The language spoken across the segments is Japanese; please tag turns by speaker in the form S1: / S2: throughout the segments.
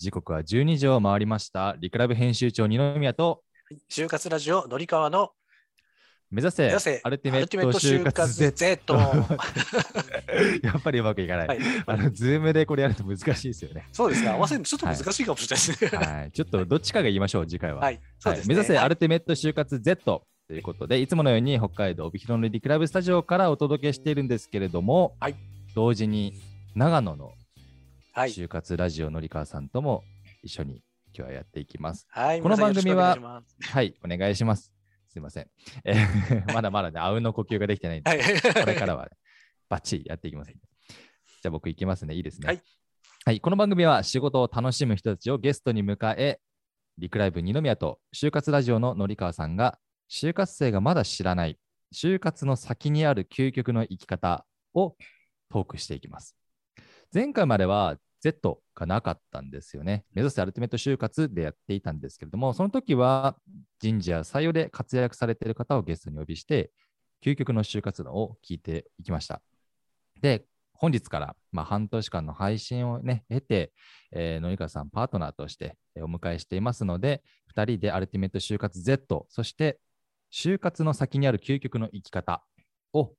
S1: 時刻は12時を回りました。リクラブ編集長二宮と
S2: 就活ラジオのりかわの
S1: 目指せ
S2: 目指せ
S1: アルティメット就活 Z。
S2: Z は
S1: やっぱりうまくいかない。
S2: い、
S1: あの、ズームでこれやると難しいですよね。
S2: そうですね、合わせるのちょっと難しいかもしれないですね。
S1: はい。ちょっとどっちかが言いましょう、次回は。。
S2: はいい、そうです
S1: 目
S2: ね。
S1: 指せア
S2: る
S1: ルティメット就活 Z ということで、いつものように北海道帯広のリクラブスタジオからお届けしているんですけれども、
S2: はい
S1: 同時に長野の
S2: はい、
S1: 就活ラジオのりかわさんとも一緒に今日はやっていきます。
S2: はい、
S1: この番組は
S2: 皆さんよろしくお
S1: は
S2: 願いします
S1: い、お願いします。すいません。えー まだまだね、あうんの呼吸ができてないんで、
S2: はい、
S1: これからは、ね、バッチリやっていきますんで。じゃあ僕行きますね。いいですね。
S2: はい
S1: はいこの番組は仕事を楽しむ人たちをゲストに迎え、リクライブ二宮と就活ラジオののりかわさんが、就活生がまだ知らない、就活の先にある究極の生き方をトークしていきます。前回までは Z がなかったんですよね。目指せアルティメット就活でやっていたんですけれども、その時は人事や採用で活躍されている方をゲストにお呼びして、究極の就活論を聞いていきました。で、本日から、まあ、半年間の配信をね、経て、えー、野川さんパートナーとしてえーお迎えしていますので、2人でアルティメット就活 Z、そして就活の先にある究極の生き方を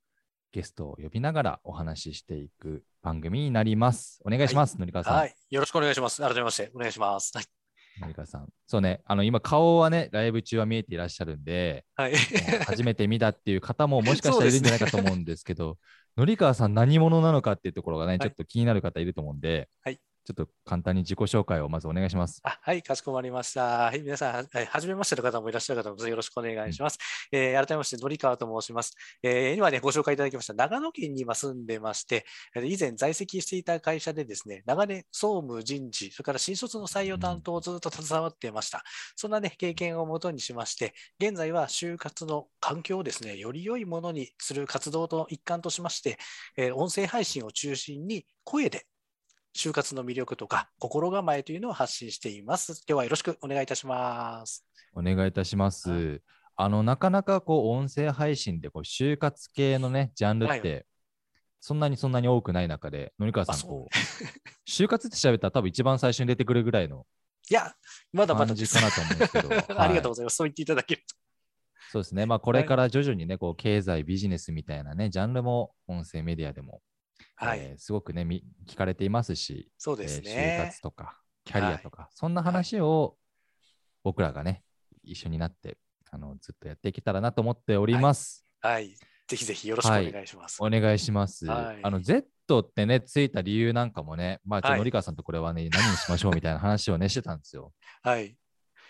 S1: ゲストを呼びながらお話ししていく番組になります。お願いします、野川さん。
S2: はい、よろしくお願いします。改めまして、お願いします。はい
S1: 森川さん。そうね、あの今、顔はね、ライブ中は見えていらっしゃるんで、
S2: はい、
S1: も う初めて見たっていう方ももしかしたらいるんじゃないかと思うんですけど、のりかわさん、何者なのかっていうところがね、
S2: い
S1: ちょっと気になる方いると思うんで、
S2: はい
S1: ちょっと簡単に自己紹介をまずお願いします。
S2: あはい、かしこまりました。はい、皆さん、はい初めましての方もいらっしゃる方もよろしくお願いします。えー改めまして、のりかわと申します。えー今ね、ご紹介いただきました、長野県に今住んでまして、えー以前在籍していた会社でですね、長年、総務、人事、それから新卒の採用担当をずっと携わっていました。そんなね、経験をもとにしまして、現在は就活の環境をですね、より良いものにする活動の一環としまして、えー音声配信を中心に声で就活の魅力とか心構えというのを発信しています。今日はよろしくお願いいたします。
S1: お願いいたします。
S2: は
S1: あのなかなかこう音声配信でこう就活系のねジャンルって、そんなにそんなに多くない中で、のりかわさ
S2: あ
S1: ん
S2: そう
S1: こう 就活って調べたら多分一番最初に出てくるぐらいの
S2: いや、まだまだ
S1: 感
S2: で
S1: じ
S2: す
S1: か。なと思うんですけど
S2: 、ありが
S1: はい
S2: とうございます。そう言っていただけると。
S1: そうですね。まあこれから徐々にねこう経済ビジネスみたいなねジャンルも音声メディアでも
S2: はい、
S1: えーすごくねみ聞かれていますし、
S2: そうです
S1: えー就
S2: ね。
S1: 活とかキャリアとか、そんな話を僕らがね、一緒になってあのずっとやっていけたらなと思っております。
S2: はい、ぜひぜひよろしくお願いします。
S1: お願いします。
S2: はい
S1: あの Z ってねついた理由なんかもね、まあちょっ
S2: は
S1: と
S2: い
S1: のりかわさんとこれはね、何にしましょうみたいな話をねしてたんですよ。
S2: はい。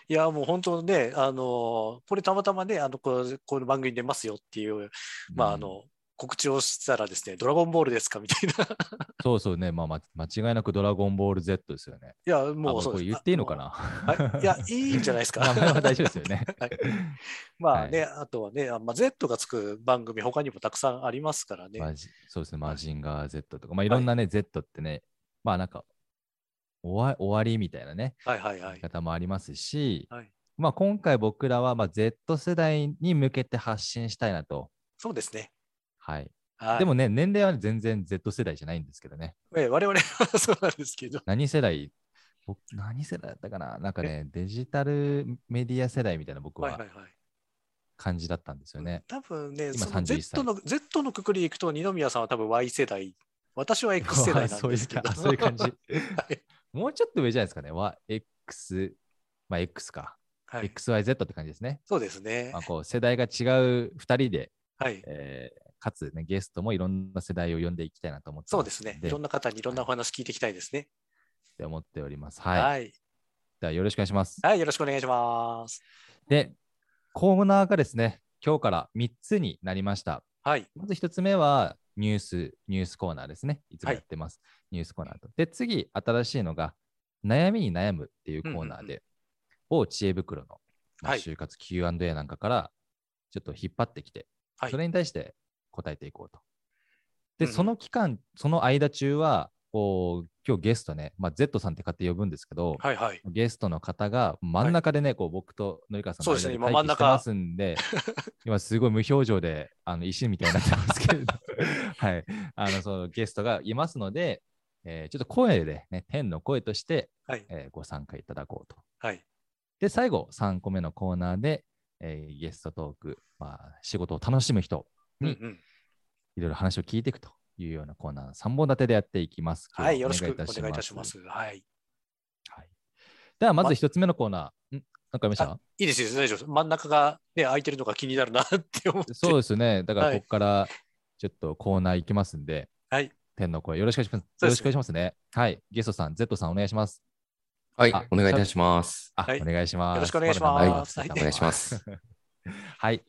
S2: いや、もう本当ね、あの、これたまたまね、あの、こうこの番組に出ますよっていう、 まあ、あ
S1: うん
S2: の、告知をしたらですね、ドラゴンボールですかみたいな。い
S1: そうそうね、まあま間違いなくドラゴンボール Z ですよね。
S2: や、
S1: も
S2: も
S1: う
S2: うそ
S1: こ
S2: う
S1: れ
S2: です
S1: 言っていいのかな。
S2: はいいや、 いいんじゃないですか。
S1: 名前は大丈夫ですよね。
S2: はいまあね、あとはね、あまあ、Z がつく番組、他にもたくさんありますからね。
S1: マジそうですね、
S2: はい
S1: マジンガー Z とか、まあ、いろんなね、Z ってね、まあなんか終わ、終わりみたいなね、
S2: はいはいは
S1: 言い
S2: い。
S1: 方もありますし、
S2: はい
S1: まあ今回僕らはまあ Z 世代に向けて発信したいなと。
S2: そうですね。
S1: はい。
S2: はい、
S1: でもね、年齢は全然 Z 世代じゃないんですけどね。
S2: ええ、我々は そうなんですけど、
S1: 何世代僕何世代だったかななんかね、デジタルメディア世代みたいな僕
S2: はいは
S1: はい
S2: はい。
S1: 感じだったんですよね。
S2: 多分ね、
S1: 今
S2: その
S1: 31
S2: Z の、Z のくくりでいくと、二宮さんは多分 Y 世代、私は X 世代なん
S1: そうい
S2: で
S1: う
S2: すけ
S1: か
S2: ど、。
S1: あ そういう感じ
S2: い
S1: もうちょっと上じゃないですかね。は X、まあ X か。
S2: はい、
S1: XYZ って感じですね。
S2: そうですね
S1: ま。あ、こう世代が違う2人で、
S2: はい。
S1: えーかつ、ね、ゲストもいろんな世代を呼んでいきたいなと思って
S2: そう
S1: ま
S2: です
S1: の
S2: ね。いろんな方にいろんなお話聞いていきたいですね。
S1: って思っております。はい。
S2: はい。
S1: ではよろしくお願いします。
S2: はい、よろしくお願いします。
S1: で、コーナーがですね、今日から3つになりました。
S2: はい。
S1: まず1つ目はニュース、ニュースコーナーですね。いつもやってます。ニュースコーナーと。で、次、新しいのが、悩みに悩むっていうコーナー
S2: うんうん
S1: で、を知恵袋の、まあ、
S2: はい
S1: 就活 Q&A なんかから、ちょっと引っ張ってきて、
S2: はい
S1: それに対して答えていこうと。
S2: う
S1: で、
S2: んうん
S1: その期間、その間中は、こう、今日ゲストね、まあ、Z さんって勝手に呼ぶんですけど、
S2: はいはい。
S1: ゲストの方が真ん中でね、こう僕と紀川さん
S2: そう
S1: の
S2: で
S1: 間
S2: すね
S1: で
S2: 今
S1: 待機してますん で、今すごい無表情で あの石みたいになってますけれど、はい、あのそのゲストがいますので、えーちょっと声で、ね、天の声として、
S2: はい
S1: えーご参加いただこうと。
S2: はい。
S1: で、最後、3個目のコーナーで、えーゲストトーク、まあ、仕事を楽しむ人、
S2: うん
S1: に
S2: うん。
S1: いろいろ話を聞いていくというようなコーナー、3本立てでやっていきます。
S2: はい。よ
S1: 今
S2: ろし
S1: 日
S2: く
S1: は
S2: お願いいたしま。す。はい。
S1: はい、では、まず1つ目のコーナー。んなんかありました
S2: いいですよ、大丈夫です。真ん中がね、空いてるのが気になるなって思って。
S1: そうですね。だか
S2: は
S1: ら、
S2: い
S1: ここからちょっとコーナー行きますんで、
S2: はい
S1: 天の声よろしくお願いします。
S2: そ
S1: よろ
S2: うで
S1: し
S2: す
S1: くお願いしますね。はい。ゲストさん、Z さんお願いします。
S3: はい
S1: あ、
S3: お願いいたします。
S1: あ、
S2: はい
S1: お願いします。
S2: よろしくお願いし
S3: はい、
S2: ま
S3: お
S2: すはい
S3: 願いします。
S1: はい。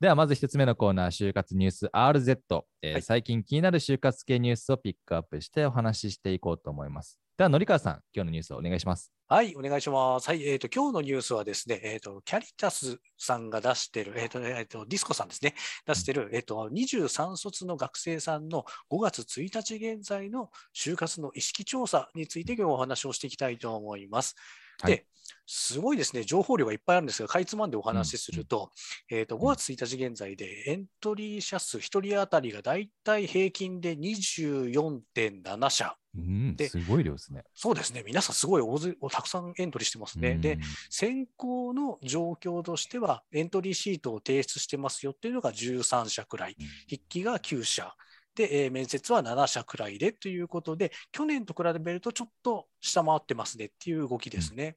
S1: では、まず一つ目のコーナー、就活ニュース RZ、えー
S2: はい
S1: 最近気になる就活系ニュースをピックアップしてお話ししていこうと思います。では、のりかわさん、今日のニュースをお願いします。
S2: はい、お願いします。はい、えっ、と、今日のニュースはですね、えっ、と、キャリタスさんが出してる、えっ、と、えーと、ディスコさんですね、出してる、えっ、と、23卒の学生さんの5月1日現在の就活の意識調査について今日お話をしていきたいと思います。
S1: はい
S2: で、すごいですね、情報量がいっぱいあるんですが、かいつまんでお話しすると、えっ、と、5月1日現在でエントリー者数1人当たりがだいたい平均で24.7社。
S1: うん、
S2: です
S1: ごい量ですね。
S2: そうですね、皆さんすごい大勢、たくさんエントリーしてますね。で、選考の状況としては、エントリーシートを提出してますよっていうのが13社くらい、筆記が9社、で、えー面接は7社くらいでということで、去年と比べるとちょっと下回ってますねっていう動きですね。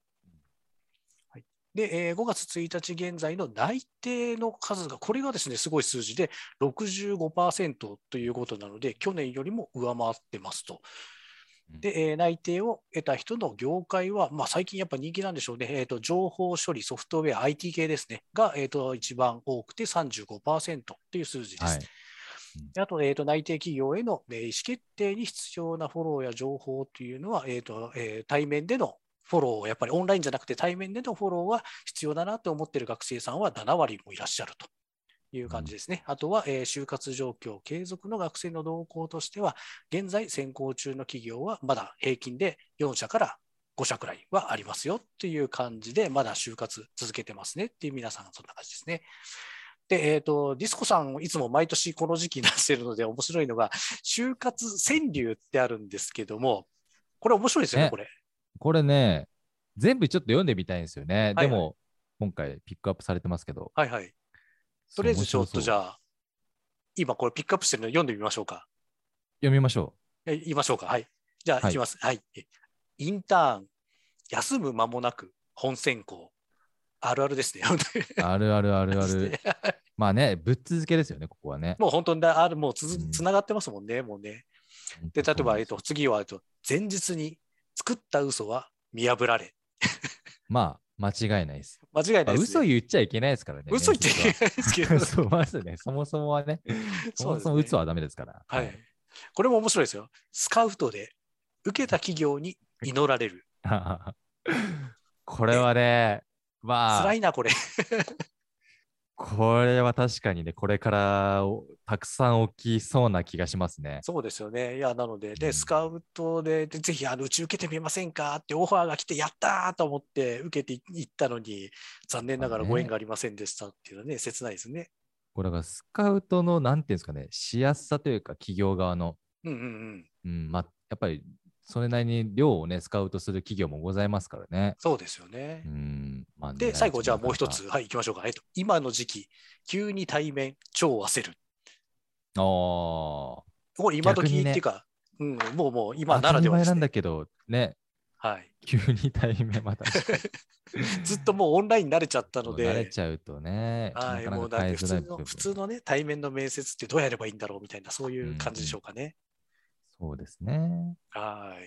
S2: はいで、えー5月1日現在の内定の数が、これがですね、すごい数字で65%ということなので、去年よりも上回ってますと。で、えー内定を得た人の業界は、まあ、最近やっぱ人気なんでしょうね、えーと、情報処理、ソフトウェア、IT 系ですね、が、えー、と一番多くて35%という数字です。
S1: はい。
S2: であと,、えー、と、内定企業への、えー意思決定に必要なフォローや情報というのは、えーとえー対面でのフォロー、やっぱりオンラインじゃなくて対面でのフォローは必要だなと思っている学生さんは7割もいらっしゃると。いう感じですねあとは、えー就活状況、継続の学生の動向としては、現在選考中の企業はまだ平均で4社から5社くらいはありますよっていう感じで、まだ就活続けてますねっていう皆さん、そんな感じですね。で、えっ、と、ディスコさん、いつも毎年この時期に出してるので面白いのが、就活川柳ってあるんですけども、これ面白いですよね、
S1: ね
S2: これ。
S1: これね、全部ちょっと読んでみたいんですよね。
S2: は
S1: で
S2: い
S1: も、今回ピックアップされてますけど。
S2: はいはい。とりあえずちょっとじ
S1: あ。
S2: ゃあ、今これピックアップしてるの読んでみましょうか。
S1: 読みましょ
S2: え言いましょうか。はい。じゃあ、
S1: はい
S2: いきます。はい。えインターン、休む間もなく本選考。あるあるですね。本当に
S1: う。あるあるあ るある
S2: で。すね
S1: まあね、ぶっ続けですよね、ここはね。
S2: もう本当にだある、もうつづ
S1: うん
S2: つながってますもんね、もうね。で、例えば、えっと、次は、えっと、前日に作った嘘は見破られ。
S1: まあ、間違いないです。
S2: 間違い
S1: ま
S2: な
S1: あ
S2: いです、
S1: 嘘
S2: ね。
S1: 言っちゃいけないですからね。
S2: 嘘言って言
S1: 面
S2: うんですけ
S1: 接は。
S2: ど
S1: そう、まずね、そもそもはね、そ
S2: そう
S1: も
S2: ですね
S1: そも嘘はダメですから。
S2: はい。これも面白いですよ。スカウトで受けた企業に祈られる。
S1: はい。 これはね、ま
S2: 辛
S1: あ、
S2: いな、これ。
S1: これは確かにね、これからおたくさん起きそうな気がしますね。
S2: そうですよね。いや、なので、
S1: う
S2: で、
S1: ん
S2: スカウトで、でぜひ、あの、うち受けてみませんかってオファーが来て、やったーと思って受けていったのに、残念ながら
S1: まあね
S2: ご縁がありませんでしたっていうのはね、切ないですね。
S1: これがスカウトの、なんていうんですかね、しやすさというか、企業側の、
S2: うんうんうん。
S1: うん、まあ、やっぱり、それなりに量をね、スカウトする企業もございますからね。
S2: そうですよね。
S1: うん、まあね
S2: で、最後、じゃあもう一。
S1: な
S2: つ、はい、行きましょうか。えっと、今の時期、急に対面、超焦
S1: かな
S2: る。
S1: かああ。
S2: もう今
S1: 逆
S2: 時
S1: に
S2: っ
S1: ね
S2: ていうか、うん、もうもう今ならでは
S1: 当たり前な
S2: です
S1: ん
S2: ね。
S1: だけど、ね、
S2: はい。
S1: 急に対面また
S2: ずっともうオンラインに慣れちゃったの
S1: 慣れ
S2: で、
S1: ちゃうとね、
S2: はい、
S1: なか
S2: も
S1: な
S2: う
S1: か
S2: だっ
S1: 変え
S2: て普
S1: づらい
S2: 通
S1: 部
S2: の
S1: 分
S2: 普通のね、対面の面接ってどうやればいいんだろうみたいな、そういう感じでしょうかね。
S1: そうですね。
S2: は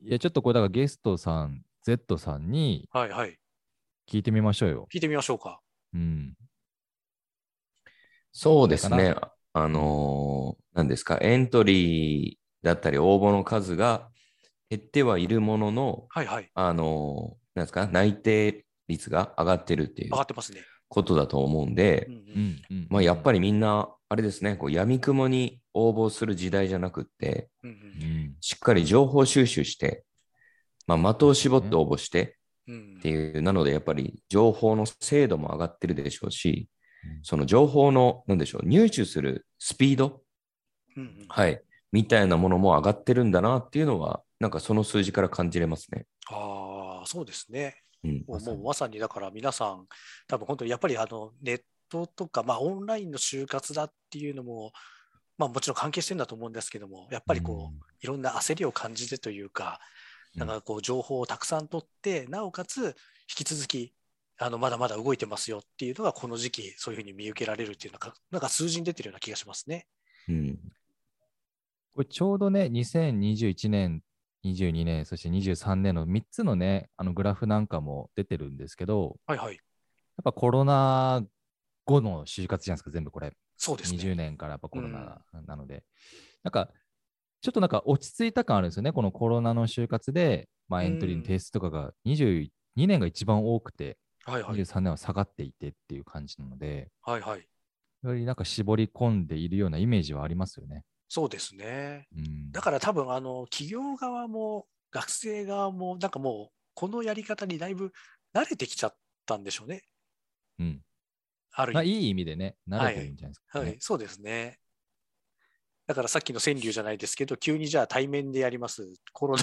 S2: い。
S1: いや、ちょっとこれ、だからゲストさん、Z さんに
S2: はいはい。
S1: 聞いてみましょうよ。
S2: 聞いてみましょうか。
S1: うん。
S3: そうです
S1: どう
S3: ね。あのー、何ですか、エントリーだったり応募の数が減ってはいるものの、
S2: はいはい。
S3: あのー、何ですか、内定率が上がってるっていう
S2: 上がってますね。
S3: ことだと思うんで
S2: うん、う
S1: うんんうん
S3: まあやっぱ
S1: り、
S3: りみんな、あれですね、こう闇雲に応募する時代じゃなくって、
S2: うん
S1: うん
S3: しっかり情報収集して、まあ、的を絞って応募して
S2: うん
S3: っ
S2: う
S3: て
S2: ん
S3: いう、なのでやっぱり情報の精度も上がってるでしょうし、
S1: うん
S3: その情報の、なんでしょう、入手するスピード、
S2: うんうん
S3: はい、みたいなものも上がってるんだなっていうのは、なんかその数字から感じれますね。
S2: ああ、そうですね。
S3: うん、
S2: もうもうまさにだから皆さん、多分本当にやっぱりあのネットとか、まあ、オンラインの就活だっていうのも、まあ、もちろん関係してるんだと思うんですけども、やっぱりこう、
S1: うん
S2: いろんな焦りを感じてというか、
S1: うん
S2: なんかこう情報をたくさん取って、なおかつ引き続き、あのまだまだ動いてますよっていうのが、この時期、そういうふうに見受けられるっていうのが、なんか数字に出てるような気がしますね。
S3: うん、
S1: これちょうどね、2021年、22年、そして23年の3つのね、あのグラフなんかも出てるんですけど、
S2: はいはい、
S1: やっぱコロナ後の就活じゃないですか、全部これ。
S2: そうですね。
S1: 20年からやっぱコロナなので、なんか、ちょっとなんか落ち着いた感あるんですよね、このコロナの就活で、まあ、エントリーの提出とかが22年が一番多くて、
S2: はいはい、
S1: 23年は下がっていてっていう感じなので、
S2: はいはい、
S1: よりなんか絞り込んでいるようなイメージはありますよね。
S2: そうですね。
S1: うん、
S2: だから多分あの企業側も学生側もなんかもうこのやり方にだいぶ慣れてきちゃったんでしょうね。
S1: うん
S2: ある意
S1: まあ、い
S2: 味。
S1: い意味でね、慣れてるんじゃないですか、ね
S2: はい、そうですね。だからさっきの川柳じゃないですけど、急にじゃあ対面でやります。コロ ナ、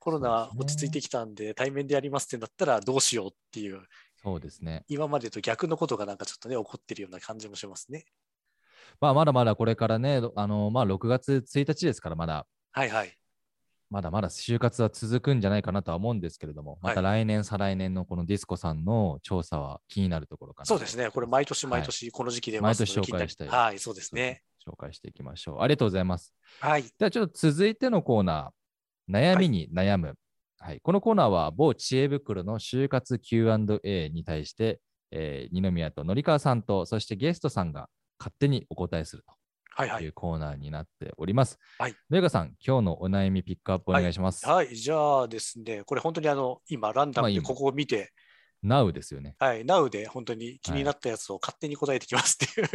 S2: コロナ
S1: そうですね
S2: 落ち着いてきたんで対面でやりますってなったらどうしようっていう、
S1: そうですね。
S2: 今までと逆のことがなんかちょっとね、起こってるような感じもしますね。
S1: まあ、まだまだこれからね、あのまあ、6月1日ですから、まだ
S2: はいはい。
S1: まだまだ就活は続くんじゃないかなとは思うんですけれども、
S2: は
S1: ま
S2: い
S1: た来年、再来年のこのディスコさんの調査は気になるところかなと
S2: そ
S1: 思
S2: う
S1: いま。
S2: ですね。これ毎年毎年この時期で
S1: 毎年紹介したい
S2: はい、そうですね。
S1: 紹介していきましょう。ありがとうございます。
S2: はい。
S1: ではちょっと続いてのコーナー、悩みに悩む。はいこのコーナーは某知恵袋の就活 Q&A に対して、えー二宮と紀川さんと、そしてゲストさんが勝手にお答えする
S2: はいは
S1: と
S2: い
S1: い。うコーナーになっております。
S2: はい。
S1: 紀川さん、今日のお悩みピックアップお願いします。
S2: はい、じゃあですね、これ本当にあの今、ランダム
S1: まあ
S2: で
S1: 今
S2: ここを見て、
S1: Now ですよね。
S2: はい、Now で本当に気になったやつを勝手に答えてきますっていう。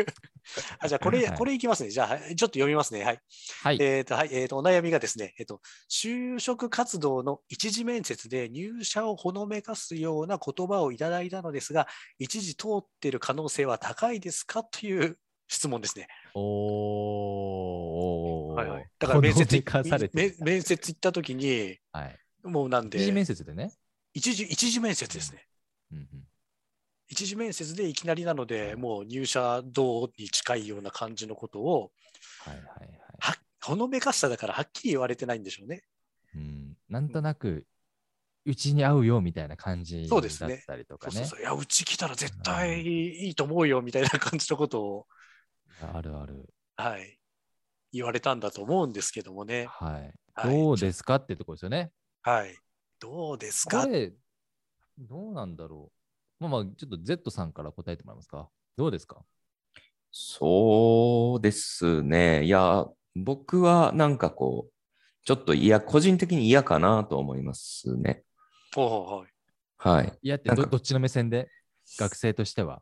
S2: あじゃあ、これ、
S1: はい
S2: これいきますね。じゃあ、はいちょっと読みますね。はい。
S1: はい。
S2: えっ、と、はい、えーと、お悩みがですね、えっ、と、就職活動の一次面接で入社をほのめかすような言葉をいただいたのですが、一時通っている可能性は高いですかという質問ですね。
S1: おーおーおーおー
S2: はいはい、だから面接
S1: この時間されて
S2: 面
S1: る
S2: 面接行った時に、
S1: はい。
S2: もうなん
S1: 一次
S2: で、
S1: 面接でね。
S2: 一時一次面接ですね。
S1: うんうん
S2: 一次面接でいきなりなの
S1: は
S2: で、
S1: い
S2: もう入社道に近いような感じのことを、
S1: はいはいはい。
S2: はほのめかしただからはっきり言われてないんでしょうね。
S1: うん、なんとなく、うちに合うよみたいな感じだ
S2: そうですね
S1: ったりと
S2: そ
S1: か
S2: うそう
S1: ね
S2: そ。ういや、うち来たら絶対いいと思うよみたいな感じのことを、
S1: あるある。
S2: はい、言われたんだと思うんですけどもね。
S1: はい。
S2: はい
S1: どうですかってとこですよね。
S2: はい。どうです
S1: こ
S2: か
S1: れ、どうなんだろう。まあまあ、ちょっと Z さんから答えてもらえますか。どうですか
S3: そうですね。いや、僕はなんかこう、ちょっと嫌、個人的に嫌かなと思いますね。
S2: ほうほうほう
S3: はい。
S1: いやって
S3: なん
S1: ど、
S3: か
S1: どっちの目線で学生としては。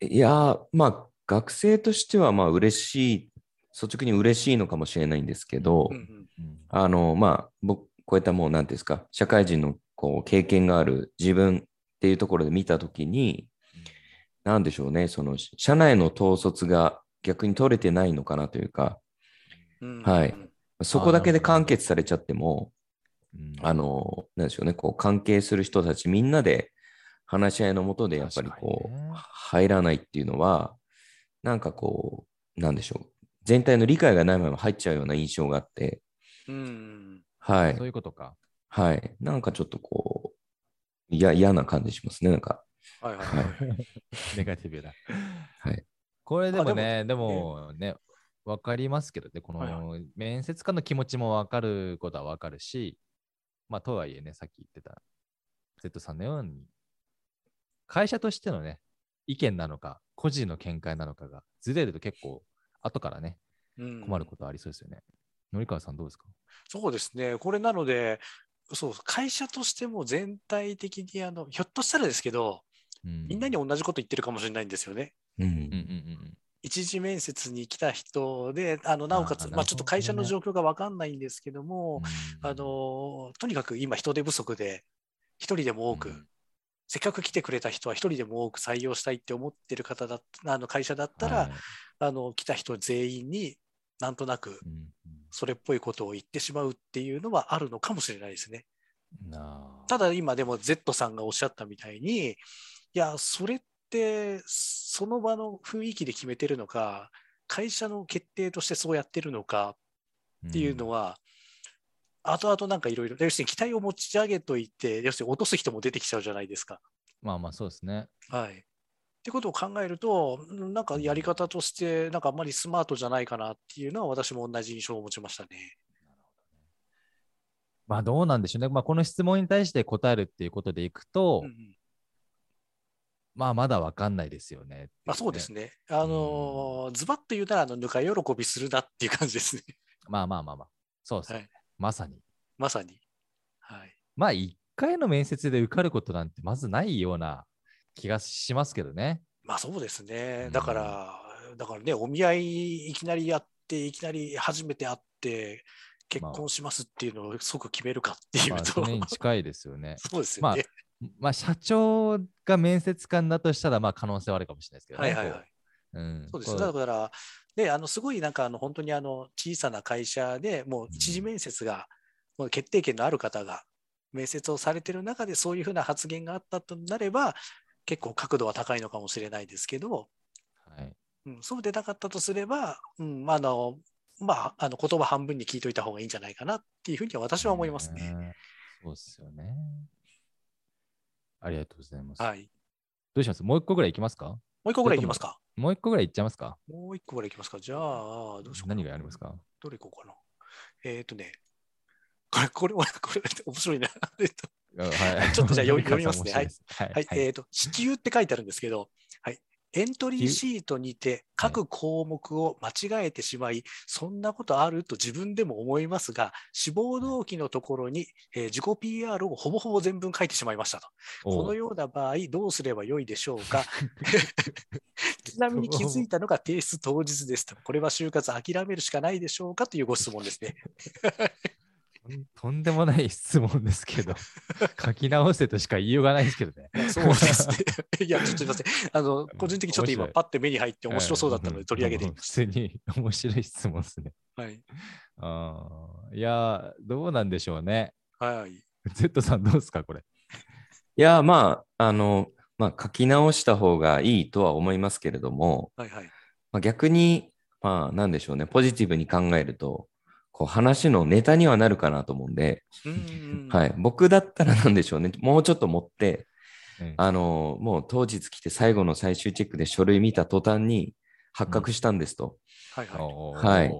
S3: いやー、まあ、学生としては、まあ、嬉しい、率直に嬉しいのかもしれないんですけど、
S2: うんうん
S1: うん
S3: あの、まあ、僕、こういったもう、なんていうんですか、社会人のこう経験がある自分っていうところで見たときに、なんでしょうね、その、社内の統率が逆に取れてないのかなというか、
S2: うんうん
S3: はいそこだけで完結されちゃっても、
S1: うん
S3: あの、なんでしょうね、こう、関係する人たちみんなで話し合いのもとで、やっぱりこ
S1: 確か
S3: う、
S1: にね
S3: 入らないっていうのは、なんかこう、なんでしょう、全体の理解がないまま入っちゃうような印象があって、
S2: うんうん
S3: はい
S1: そうい。うことか。
S3: はい。なんかちょっとこう、いや、嫌な感じしますね、なんか。
S2: はいはい
S3: は
S2: はいい。。
S1: ネガティブだ。
S3: はい
S1: これでもね、で
S2: も
S1: もね、わかりますけどね、こ
S2: はい
S1: の面接官の気持ちもわかることはわかるし、まあ、とはいえね、さっき言ってた Z さんのように、会社としてのね、意見なのか、個人の見解なのかがずれると結構、後からね、
S2: うん
S1: 困ることありそうですよね。紀川さん、どうですか
S2: そうですね、これなので、そう会社としても全体的にあの、ひょっとしたらですけど、み
S1: み
S2: んなに同じこと言ってるかもしれないんですよね。
S3: う。
S1: うんうんんうん
S2: 一次面接に来た人で、あのなおか
S1: あー
S2: つ、
S1: なるほどね
S2: まあ、ちょっと会社の状況が分かんないんですけど
S1: うん
S2: も、あのとにかく今、人手不足で、一人でも多く、
S1: うん
S2: せっかく来てくれた人は一人でも多く採用したいって思ってる方だっあの会社だったら、
S1: はい
S2: あの、来た人全員になんとなく
S1: うんうん
S2: それっぽいことを言ってしまうっていうのはあるのかもしれないですね。
S1: なあ
S2: ただ今でも Z さんがおっしゃったみたいに、いや、それってその場の雰囲気で決めてるのか、会社の決定としてそうやってるのかっていうの
S1: は、
S2: は、後々なんかいろいろ、要するに期待を持ち上げといて、要するに落とす人も出てきちゃうじゃないですか。
S1: まあまあそうですね。
S2: はい。ってことを考えると、うんなんかやり方として、なんかあんまりスマートじゃないかなっていうのは、私も同じ印象を持ちましたね。
S1: まあどうなんでしょうね。まあこの質問に対して答えるっていうことでいくと、
S2: うんうん
S1: まあまだわかんないですよね
S2: まあ、そうです
S1: ね。
S2: ね。あのーズバッと言うなら、あの、ぬか喜びするなっていう感じですね。
S1: まあまあまあまあ。そうですね。
S2: はい
S1: まさに。
S2: まさに。はい。
S1: まあ一回の面接で受かることなんてまずないような気がしますけどね。
S2: まあそうですね
S1: うん。
S2: だから、だからね、お見合いいきなりやって、いきなり初めて会って、結婚しますっていうのを即決めるかってい
S1: ま
S2: う
S1: あ
S2: と、
S1: それに近いですよね。
S2: そうです
S1: ま
S2: よ
S1: あ
S2: ね。
S1: まあ社長が面接官だとしたらまあ可能性はあるかもしれないですけど
S2: は
S1: ね。
S2: いはいはい
S1: こ。ううん、
S2: そうです
S1: こ
S2: ね。だから、ね、あのすごいなんかあの本当にあの小さな会社でもう一次面接が、もう決定権のある方が面接をされてる中でそういうふうな発言があったとなれば結構角度は高いのかもしれないですけど、
S1: はい
S2: うん、そうでなかったとすれば、うん、まああの、まあ、あの言葉半分に聞いといた方がいいんじゃないかなっていうふうには私は思いますね。
S1: ね。そうですよね。ありがとうございます。
S2: はい。
S1: どうしますもう一個ぐらいいきますか
S2: もう一個ぐらいいきますか。
S1: もう一個ぐらいいっちゃいますか
S2: もう一個ぐらいいきますか。じゃあ、どうしようかな
S1: 何があり ますか
S2: どれ行こうかな。えっ、とね、これ、これ、これ、面白いな。 えっと
S1: あはい、
S2: ちょっとじゃあ読み読みます
S1: 面
S2: ね
S1: 白ですはい。
S2: はい、えっ、と、支給って書いてあるんですけど、はい。エントリーシートにて各項目を間違えてしまい、そんなことあると自分でも思いますが、志望動機のところに、えー自己 PR をほぼほぼ全文書いてしまいましたと。このような場合、どうすればよいでしょう か。ちなみに気づいたのが提出当日ですと。これは就活諦めるしかないでしょうかというご質問ですね。
S1: とんとんでもない質問ですけ ど、書き直せとしか言いようがないですけどね。
S2: そうですね。 いや、ちょっとすみません。あの、個人的にちょっと今、
S1: 面白い
S2: パッて目に入って面白そうだったので取り上げてみ
S1: 普
S2: まし
S1: 通に面白い質問ですね。
S2: た。はい。
S1: あーいやー、どうなんでしょうね。
S2: はい。
S1: Z さんどうですか、これ。
S3: いや、まあ、あの、まあ、書き直した方がいいとは思いますけれども、
S2: はい。はい。
S3: まあ、逆に、まあ、なんでしょうね、ポジティブに考えると、こう話のネタにはなるかなと思うんで、
S2: うん
S3: はい、僕だったら なんでしょうね、もうちょっと持って、
S1: うん
S3: あの、もう当日来て最後の最終チェックで書類見た途端に発覚したんですと。
S2: はい。はい。
S1: おー
S3: はい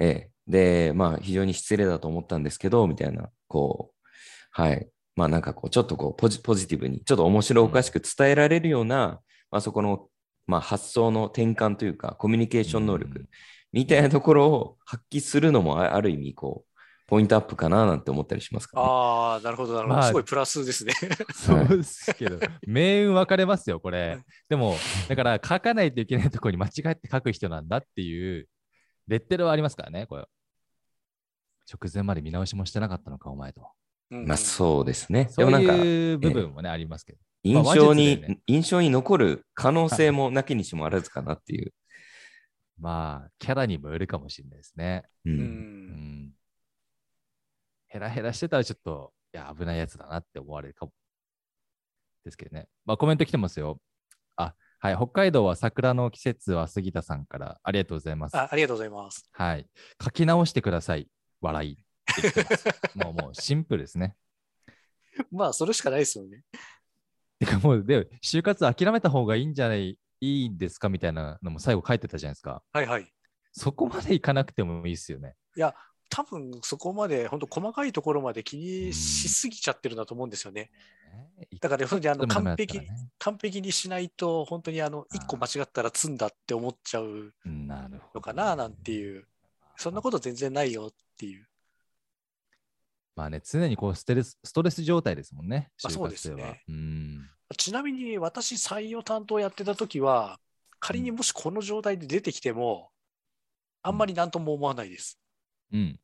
S3: ええ。で、まあ、非常に失礼だと思ったんですけど、みたいな、こう、はい。まあ、なんかこう、ちょっとこうポジ、ポジティブに、ちょっと面白おかしく伝えられるような、まあ、そこの、まあ、発想の転換というか、コミュニケーション能
S1: う
S3: 力
S1: ん
S3: みたいなところを発揮するのも、あある意味、こう、ポイントアップかななんて思ったりしますか、ね。
S2: ああ、なるほど、なるほ
S1: ま
S2: ど。
S1: あ
S2: すごいプラスですね。
S1: そうですけど、命運分かれますよ、こ
S2: は
S1: れ
S2: い。
S1: でも、だから書かないといけないところに間違って書く人なんだっていう、レッテルはありますからね、これ。直前まで見直しもしてなかったのか、お前と。
S3: まあ、そうですね。
S1: そう
S3: でもなんか、
S1: いう部分もね、ありますけど。ま
S3: 印象に、
S1: あ話術だよね
S3: 印象に残る可能性もなきにしもあらずかなっていう。
S1: まあ、キャラにもよるかもしれないですね。
S3: う。
S2: うん。うん
S1: うんん。ヘラヘラしてたらちょっと、いや、危ないやつだなって思われるかも。ですけどね。まあ、コメント来てますよ。あ、はい。北海道は桜の季節は杉田さんからありがとうございます。
S2: あありがとうございます。
S1: はい。書き直してください。笑いって来てます。もう、もうシンプルですね。
S2: まあ、それしかないですよね。
S1: てかもう、で、就活諦めた方がいいんじゃない、いいんですかみたいなのも最後書いてたじゃないですか。
S2: はいはい。
S1: そこまでいかなくてもいいですよね。
S2: 多分そこまで、本当細かいところまで気にしすぎちゃってるんだと思うんですよね。だから、本当にあの完璧に、完璧にしないと、本当にあの
S1: あー
S2: 一個間違ったら詰んだって思っちゃう
S1: なるほど
S2: のかななんていう、そんなこと全然ないよっていう。
S1: まあね、常にこうステレスストレス状態ですもんね、
S2: まあ
S1: 就活生
S2: そ
S1: は
S2: うですね
S1: うん。
S2: ちなみに私、採用担当やってた時は、仮にもしこの状態で出てきても、あんまりなんとも思わないです。
S1: うん。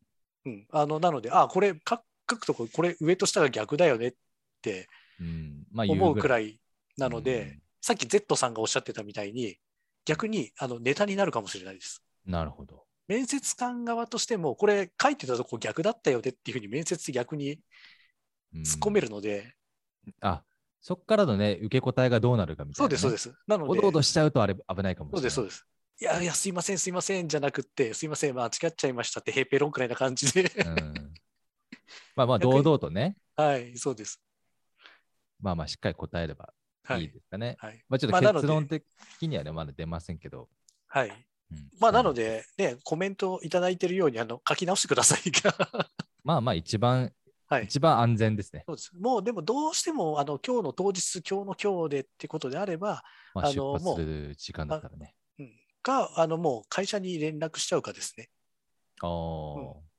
S2: うん、あのなので、あこれ、か書くとこ、これ、上と下が逆だよねって
S1: うん、まあ、
S2: 思うく
S1: い
S2: らいなので、、さっき Z さんがおっしゃってたみたいに、逆にあのネタになるかもしれないです。
S1: うんなるほど。
S2: 面接官側としても、これ書いてたとこ逆だったよねっていうふうに面接で逆に突っ込め
S1: る。
S2: るので、
S1: あそこからのね、受け答えがどうなるかみたい
S2: そ
S1: な
S2: う
S1: ね、。
S2: です、そうですす。なの
S1: お
S2: で、
S1: どお
S2: そ
S1: どしちゃうとあれ危ないかもしれな
S2: う
S1: い。
S2: です、そうです。いやいや、すいません、すいませんじゃなくって、すいません、間違っちゃいましたって、ヘペロンくらいな感じで、
S1: う んまあまあ、
S2: 逆に
S1: 堂々とね、
S2: はい、そうです。
S1: まあまあ、しっかり答えれば
S2: はい
S1: い
S2: い。
S1: ですかね。
S2: はい。
S1: まあちょっ
S2: まあ
S1: と
S2: なので
S1: 結論的にはね、まだ出ませんけど。
S2: はい
S1: うん
S2: まあ、なの、で、ね、コメントをいただいているようにあの書き直してくださいが、
S1: まあまあ、一番、
S2: はい、
S1: 一番安全ですね。
S2: そうですもうでもどうしてもあの今日の当日、今日の今日でってことであれば、
S1: まあ、
S2: あ
S1: 出
S2: の
S1: 発
S2: もう
S1: する時間だったらね。
S2: かあのもう会社に連絡しちゃうかですね、
S1: あー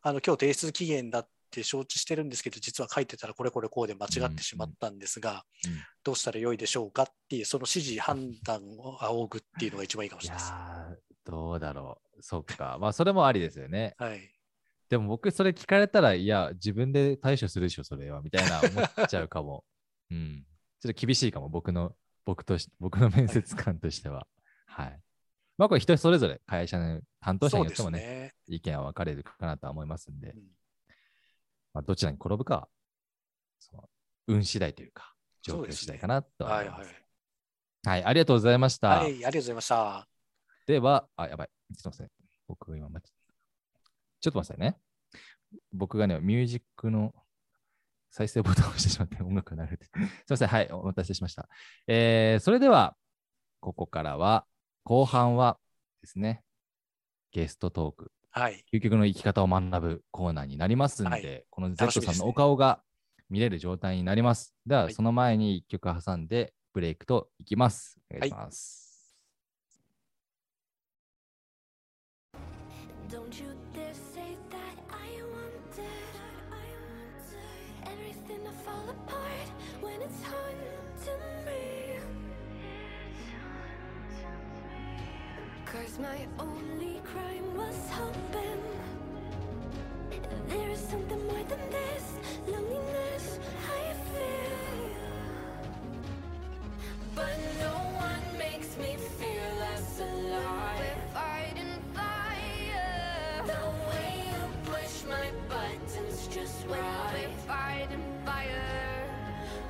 S2: あの今日提出期限だって承知してるんですけど、実は書いてたらこれこれこうで間違ってしまったんですが、
S1: うんうん
S2: どうしたらよいでしょうかっていう、その指示、判断を仰ぐっていうのが一番いいかもし
S1: い
S2: れ
S1: や
S2: ないです。
S1: ーどうだろう。そっか。まあ、それもありですよね。
S2: はい、
S1: でも僕、それ聞かれたら、いや、自分で対処するでしょ、それは、みたいな思っちゃうか も。うん。ちょっと厳しいかも、僕の、僕とし、僕の面接官としては。はい。まあ、これ人それぞれ、会社の担当者に
S2: そう
S1: よって
S2: です
S1: もね、
S2: ね。
S1: 意見は分かれるかなとは思いますんで、
S2: うん
S1: まあ、どちらに転ぶかは、その運次第というか、状
S2: そう
S1: 況
S2: ですね
S1: 次第かなとは
S2: は
S1: 思
S2: い
S1: います。
S2: はい。
S1: はい、ありがとうございました。
S2: はい、ありがとうございました。
S1: では、あ、やばい。すみません。僕今、まちょっと待ってくださいね。僕がね、ミュージックの再生ボタンを押してしまって音 楽が流れて。すみません。はい。お待たせしました。えー、それでは、ここからは、後半はですね、ゲストトーク、
S2: はい、
S1: 究極の生き方を学ぶコーナーになりますんで、
S2: はい
S1: この
S2: 楽
S1: Z
S2: しみ
S1: さん
S2: ですね
S1: のお顔が見れる状態になります。では、
S2: はい
S1: その前に1曲挟んで、ブレイクといきます。お願いし
S2: は
S1: ます。
S4: Don't you dare say that I wanted everything to fall apart when it's haunting me. Cause my only crime was hoping there is something more than this loneliness I feel. But no one makes me feel less alive. We're fighting fire. The way you push my buttons just right. We're fighting fire.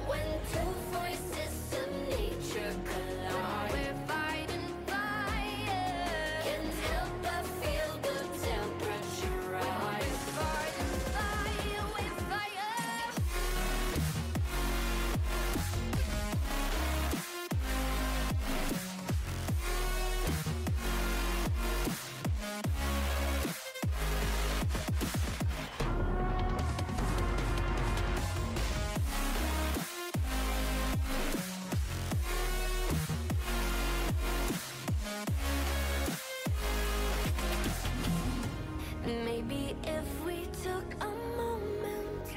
S4: When two voices of nature collide. We're fighting fire. Can't help but feel the temperature rise. We're fighting fire. We're fire. Maybe if we took a moment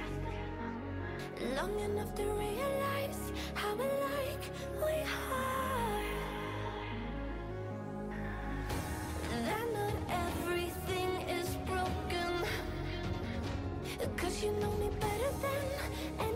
S4: long enough to realize how alike we are. That not everything is broken. Cause you know me better than